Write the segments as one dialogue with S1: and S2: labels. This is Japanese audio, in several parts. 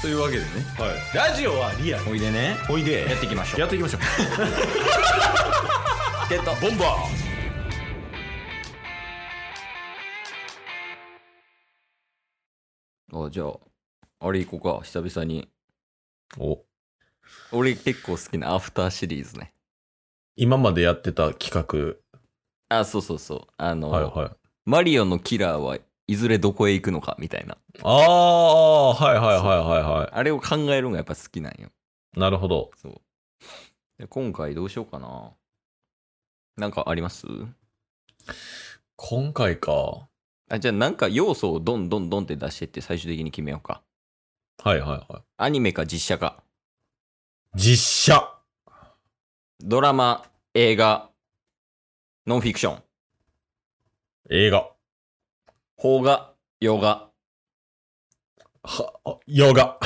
S1: というわけでね
S2: はい、ラジオはリアル
S1: おいでね
S2: おいで
S1: やっていきましょう
S2: やっていきましょう
S1: ゲット
S2: ボンバ
S1: あじゃああれ行こうか久々に
S2: ーお
S1: 俺結構好きなアフターシリーズね
S2: 今までやってた企
S1: あそうそうそうあの、
S2: 画はいはい
S1: マリオのキラーはいずれどこへ行くのかみたいな
S2: ああはいはいはいはいは
S1: あれを考えるのがやっぱ好きなんよ
S2: いなるほど
S1: そうで今回どうしようかななんかあります
S2: 今回かは
S1: あじゃあなんか要素をどんどんどんって出してって最終的に決めようか
S2: いはいは
S1: アニメか実写か
S2: い実写
S1: ドラマ映画ノンフィクション
S2: 映画
S1: 邦画洋画
S2: はあヨガ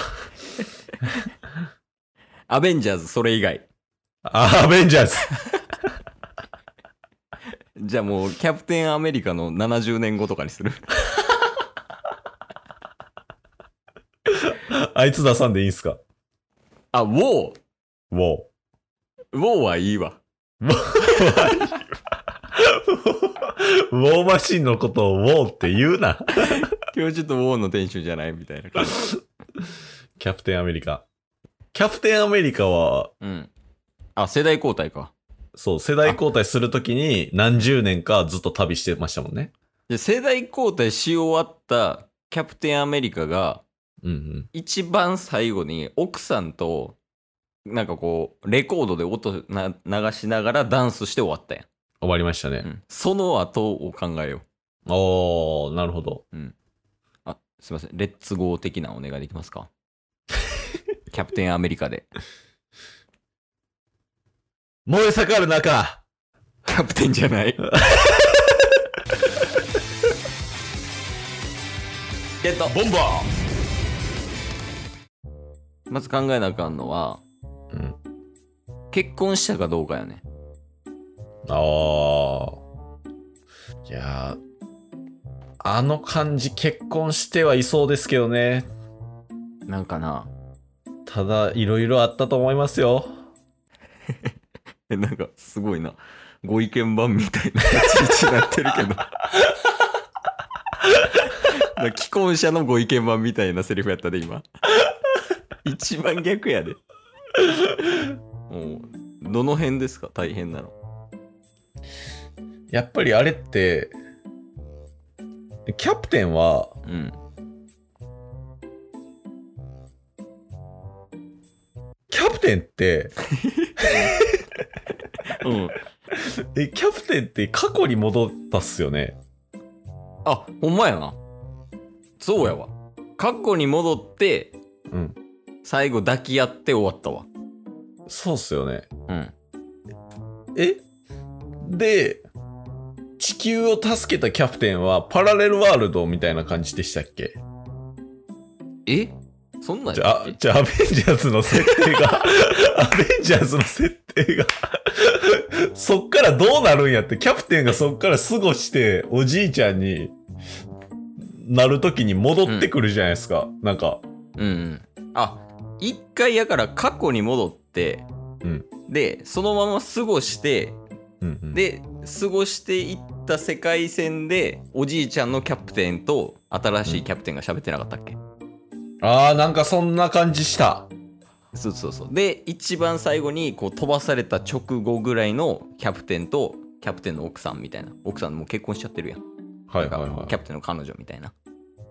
S1: アベンジャーズそれ以外
S2: アベンジャーズ
S1: じゃあもうキャプテンアメリカの70年後とかにする
S2: あいつ出さんでいいんすか
S1: あウォー
S2: も
S1: ウォーはいいわ
S2: う。ウォーマシンのことをウォーって言うな。
S1: 今日ちょっとウォーのテンションじゃないみたいな感じ
S2: キャプテンアメリカ。キャプテンアメリカは、
S1: うんあ世代交代か
S2: そう、世代交代するときに何十年かずっと旅してましたもんね。
S1: で世代交代し終わったキャプテンアメリカが
S2: うんうん。
S1: 一番最後に奥さんとなんかこうレコードで音な流しながらダンスして終わったや
S2: 終わりました
S1: ん、う
S2: ね。
S1: ん、その後を考えよう
S2: おー、なるほど。
S1: あすいませんレッツゴー的なお願いできますかキャプテンアメリカで
S2: 燃え盛る中、
S1: キャプテンじゃないゲット
S2: ボンバ
S1: まず考えなあかんのは
S2: ーうん。
S1: 結婚したかどうかよね
S2: あー。いやー、あの感じ結婚してはいそうですけどね。
S1: なんかな
S2: ただ、いろいろあったと思いますよ。
S1: えなんかすごいなご意見番みたいな立ち位置になってるけど なんか既婚者のご意見番みたいなセリフやったで今一番逆やでもうどの辺ですか大変なの
S2: やっぱりあれって、キャプテンは、
S1: うん
S2: キャプテンって、
S1: うん
S2: え、キャプテンって過去に戻ったっすよね。
S1: あほんまやなそうやわ過去に戻って
S2: うん。
S1: 最後抱き合って終わったわ
S2: そうっすよね。
S1: うん
S2: えで、地球を助けたキャプテンはパラレルワールドみたいな感じでしたっけ
S1: えそんなん
S2: じ
S1: や
S2: ゃ
S1: ったっ
S2: あ、
S1: け
S2: じゃあアベンジャーズの設定 が、アベンジャーズの設定が、そっからどうなるんやって、キャプテンがそっから過ごして、おじいちゃんになるときに戻ってくるじゃないですか。なんか、
S1: うんうんあ一回やから過去に戻って、
S2: うん
S1: でそのまま過ごして
S2: うんうん、
S1: で過ごしていった世界線でおじいちゃんのキャプテンと新しいキャプテンが喋ってなかったっけ、
S2: ああ、なんかそんな感じした。
S1: そうそうそうで一番最後にこう飛ばされた直後ぐらいのキャプテンとキャプテンの奥さんみたいな奥さんもう結婚しちゃってるやん、
S2: はいはいはい。
S1: キャプテンの彼女みたいな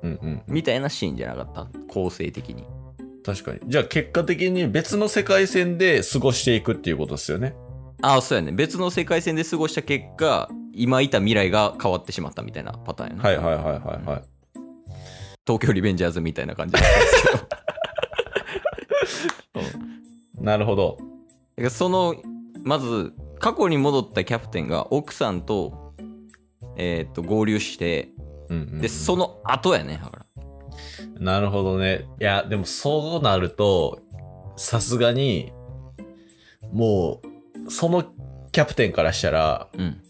S2: うんうん、
S1: みたいなシーンじゃなかった構成的に
S2: 確かに。じゃあ結果的に別の世界線で過ごしていくっていうことですよね。
S1: ああそうやね別の世界線で過ごした結果今いた未来が変わってしまったみたいなパターンやね、
S2: はいはいはいはいはい。
S1: 東京リベンジャーズみたいな感じなんですけど
S2: なるほど。
S1: だから そのまず過去に戻ったキャプテンが奥さんと,、えー、と合流して
S2: うんうんうん
S1: でその後やねだから
S2: なるほどね。いや、でもそうなると、さすがに、もう、そのキャプテンからしたら、
S1: うん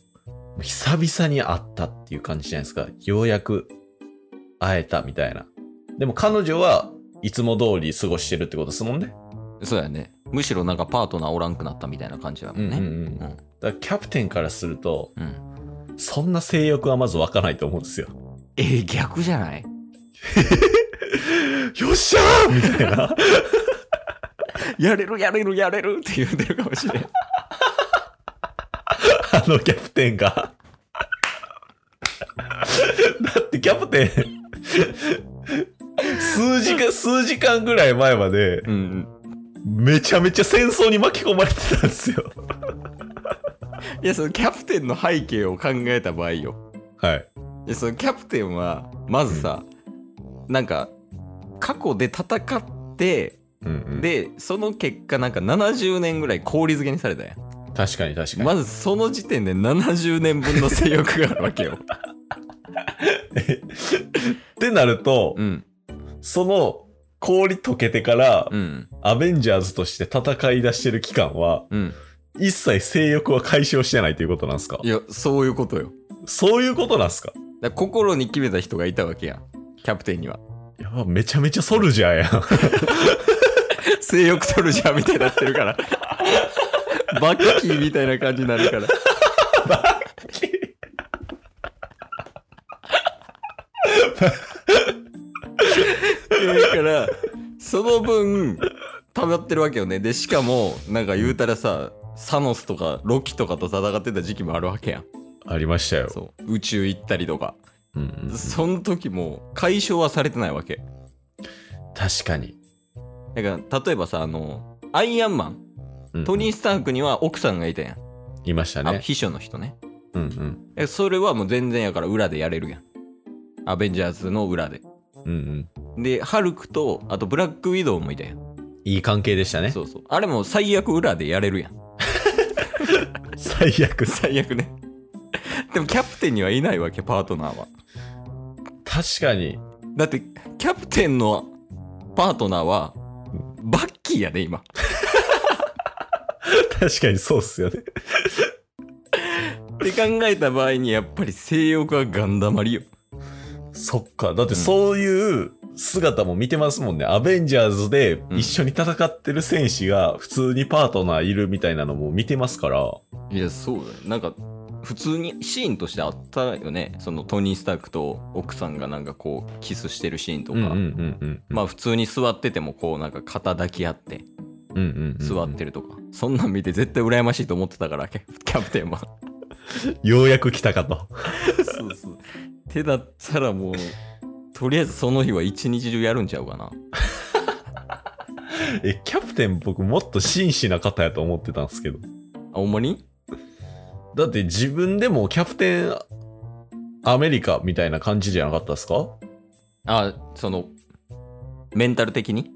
S2: 久々に会ったっていう感じじゃないですか。ようやく会えたみたいな。でも彼女はいつも通り過ごしてるってことですもんね。
S1: そうやねむしろなんかパートナーおらんくなったみたいな感じだもん
S2: うんう
S1: ね
S2: んうん
S1: う
S2: だ
S1: ん
S2: からキャプテンからすると、
S1: うん、
S2: そんな性欲はまず湧かないと思うんですよ。
S1: えー逆じゃない
S2: よっしゃーみたいな。
S1: やれるやれるやれるって言ってるかもしれん
S2: あのキャプテンが。だってキャプテン、数時間、数時間ぐらい前まで、
S1: うんうん
S2: めちゃめちゃ戦争に巻き込まれてたんですよ。
S1: いやそのキャプテンの背景を考えた場合よ
S2: はい。
S1: でそのキャプテンはまずさ、なんか過去で戦って
S2: うんうん、
S1: でその結果なんか70年ぐらい氷漬けにされたやん
S2: 確かに確かに。
S1: まずその時点で70年分の性欲があるわけよ
S2: ってなる と、
S1: うん
S2: その氷溶けてから、
S1: うん
S2: アベンジャーズとして戦い出してる期間は、
S1: うん
S2: 一切性欲は解消してないということなんですか
S1: いやそういうことよ
S2: そういうことなんですか
S1: だから心に決めた人がいたわけやんキャプテンには
S2: やば、めちゃめちゃソルジャーやん。
S1: 性欲ソルジャーみたいになってるから バッキーみたいな感じになるからだからその分溜まってるわけよねでしかもなんか言うたらさサノスとかロキとかと戦ってた時期もあるわけやん
S2: ありましたよ。
S1: そう宇宙行ったりとか
S2: うんうん
S1: その時も解消はされてないわけ
S2: 確かに。
S1: だから例えばさあのアイアンマントニー・
S2: ー
S1: スタークには奥さんがいたやん、
S2: いました
S1: あ
S2: ね。
S1: 秘書の人ね
S2: うんうん。
S1: えそれはもう全然やから裏でやれるやんアベンジャーズの裏で
S2: うんうん。
S1: でハルクとあとブラックウィドウもいたやん
S2: いい関係でしたね。
S1: そうそうあれも最悪裏でやれるやん
S2: 最悪。
S1: 最悪ねでもキャプテンにはいないわけパートナーは
S2: 確かに。
S1: だってキャプテンのパートナーはバッキーやで今
S2: 確かにそうっすよね。
S1: って考えた場合にやっぱり性欲はガンダマリよ
S2: そっか。だってそういう姿も見てますもんね。アベンジャーズで一緒に戦ってる戦士が普通にパートナーいるみたいなのも見てますから。
S1: いやそうだよなんか普通にシーンとしてあったよねそのトニー・スタークと奥さんがなんかこうキスしてるシーンとか、
S2: うん
S1: まあ普通に座っててもこうなんか肩抱き合って
S2: うんうんうんうん
S1: 座ってるとか、そんなん見て絶対羨ましいと思ってたからキャキャプテンは
S2: ようやく来たかと。
S1: そうそう手だったらもうとりあえずその日は一日中やるんちゃうかな
S2: え、キャプテン僕もっと真摯な方やと思ってたんですけど。
S1: あほんまに
S2: だって自分でもキャプテンアメリカみたいな感じじゃなかったですか
S1: あそのメンタル的に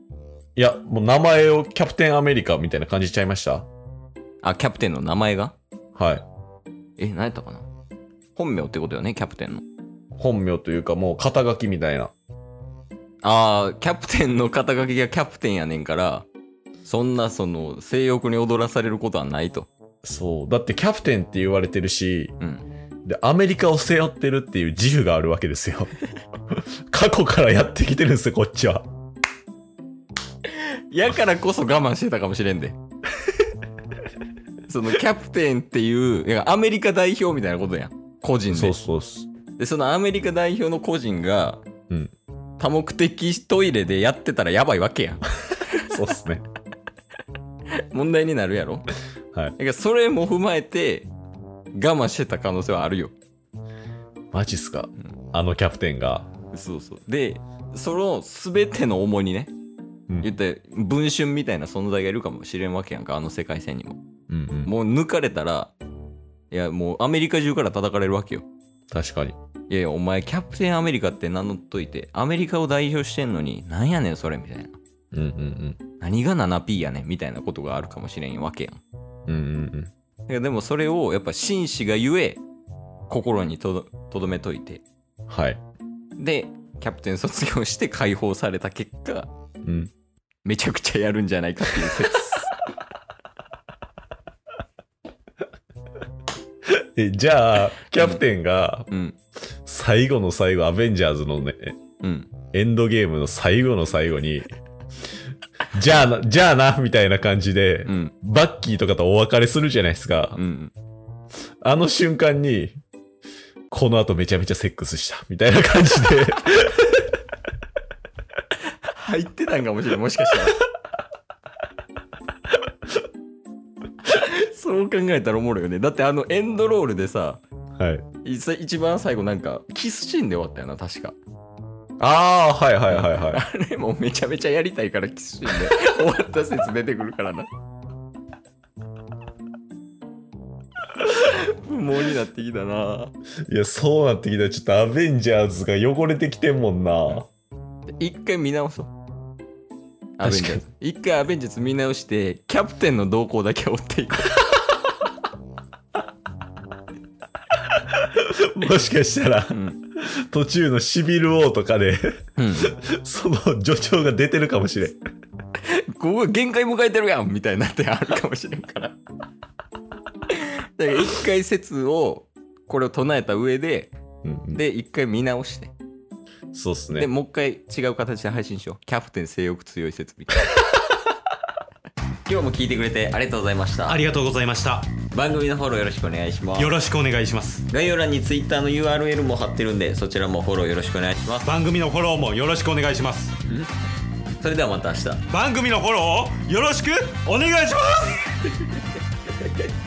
S2: いや、もう名前をキャプテンアメリカみたいな感じちゃいました
S1: あキャプテンの名前が
S2: はい。
S1: え何やったかな本名ってことよねキャプテンの
S2: 本名というかもう肩書きみたいな。
S1: ああ、キャプテンの肩書きがキャプテンやねんから、そんなその性欲に踊らされることはないと。
S2: そう。だってキャプテンって言われてるし、
S1: うん。
S2: で、アメリカを背負ってるっていう自負があるわけです よ。過去からやってきてるんですよ、こっちは。
S1: やからこそ我慢してたかもしれんで。そのキャプテンっていう、いやアメリカ代表みたいなことやん。個人
S2: そ
S1: で
S2: う。そうっす。
S1: で、そのアメリカ代表の個人が、
S2: うん
S1: 多目的トイレでやってたらやばいわけ やん。
S2: そうっすね。
S1: 問題になるやろ。
S2: は
S1: だ
S2: い
S1: からそれも踏まえて、我慢してた可能性はあるよ。
S2: マジっすか。あのキャプテンが。
S1: そうそう。で、その全ての重荷ね、
S2: うん
S1: 言って文春みたいな存在がいるかもしれんわけやんかあの世界線にも
S2: うんうん。
S1: もう抜かれたらいやもうアメリカ中から叩かれるわけよ
S2: 確かに。
S1: いやいやお前キャプテンアメリカって名乗っといてアメリカを代表してんのになんやねんそれみたいな
S2: うんうん
S1: 何が 7P やねんみたいなことがあるかもしれんわけやん
S2: うん。うんうん
S1: だからでもそれをやっぱ紳士がゆえ心にとどとどめといて
S2: うん。はい。
S1: でキャプテン卒業して解放された結果
S2: うん。
S1: めちゃくちゃやるんじゃないかっていう説
S2: え、じゃあ、キャプテンが
S1: うん
S2: 最後の最後、アベンジャーズのね、
S1: うん。
S2: エンドゲームの最後の最後に、 じゃあな、じゃあな、みたいな感じで、
S1: うん。
S2: バッキーとかとお別れするじゃないですか。
S1: うん。
S2: あの瞬間に、この後めちゃめちゃセックスした、みたいな感 じで、
S1: 入ってたんかもしれん、もしかしたら。そう考えたらおもろいよね。だってあのエンドロールでさ、
S2: はい。
S1: いさ一番最後なんかキスシーンで終わったよな、確か。
S2: ああ、はいはいはいはい。
S1: あれもめちゃめちゃやりたいからキスシーンで終わった説出てくるからな。無謀になってきたな。
S2: いや、そうなってきたら、ちょっとアベンジャーズが汚れてきてんも んな。
S1: 一回見直そう。アベ
S2: 確かに
S1: ンジャーズ。一回アベンジャーズ見直して、キャプテンの動向だけ追っていく。
S2: もしかしたら
S1: う、ん。
S2: 途中のシビル王とかで、
S1: うん
S2: その助長が出てるかもしれん。
S1: ここ限界迎えてるやんみたいなってあるかもしれんから。だから一回説をこれを唱えた上で、
S2: うん
S1: で一回見直して、
S2: うん、そうっす
S1: で
S2: ね。
S1: もう一回違う形で配信しよう。キャプテン性欲強い説みたいな。 今日も聞いてくれてありがとうございました
S3: あ。りがとうございました
S1: 番組のフォローよろしくお願いします
S3: よ。ろしくお願いします
S1: 概要欄に Twitter の URL も貼ってるんで、そちらもフォローよろしくお願いします。
S3: 番組のフォローもよろしくお願いします
S1: それではまた明日。
S3: 番組のフォローをよろしくお願いします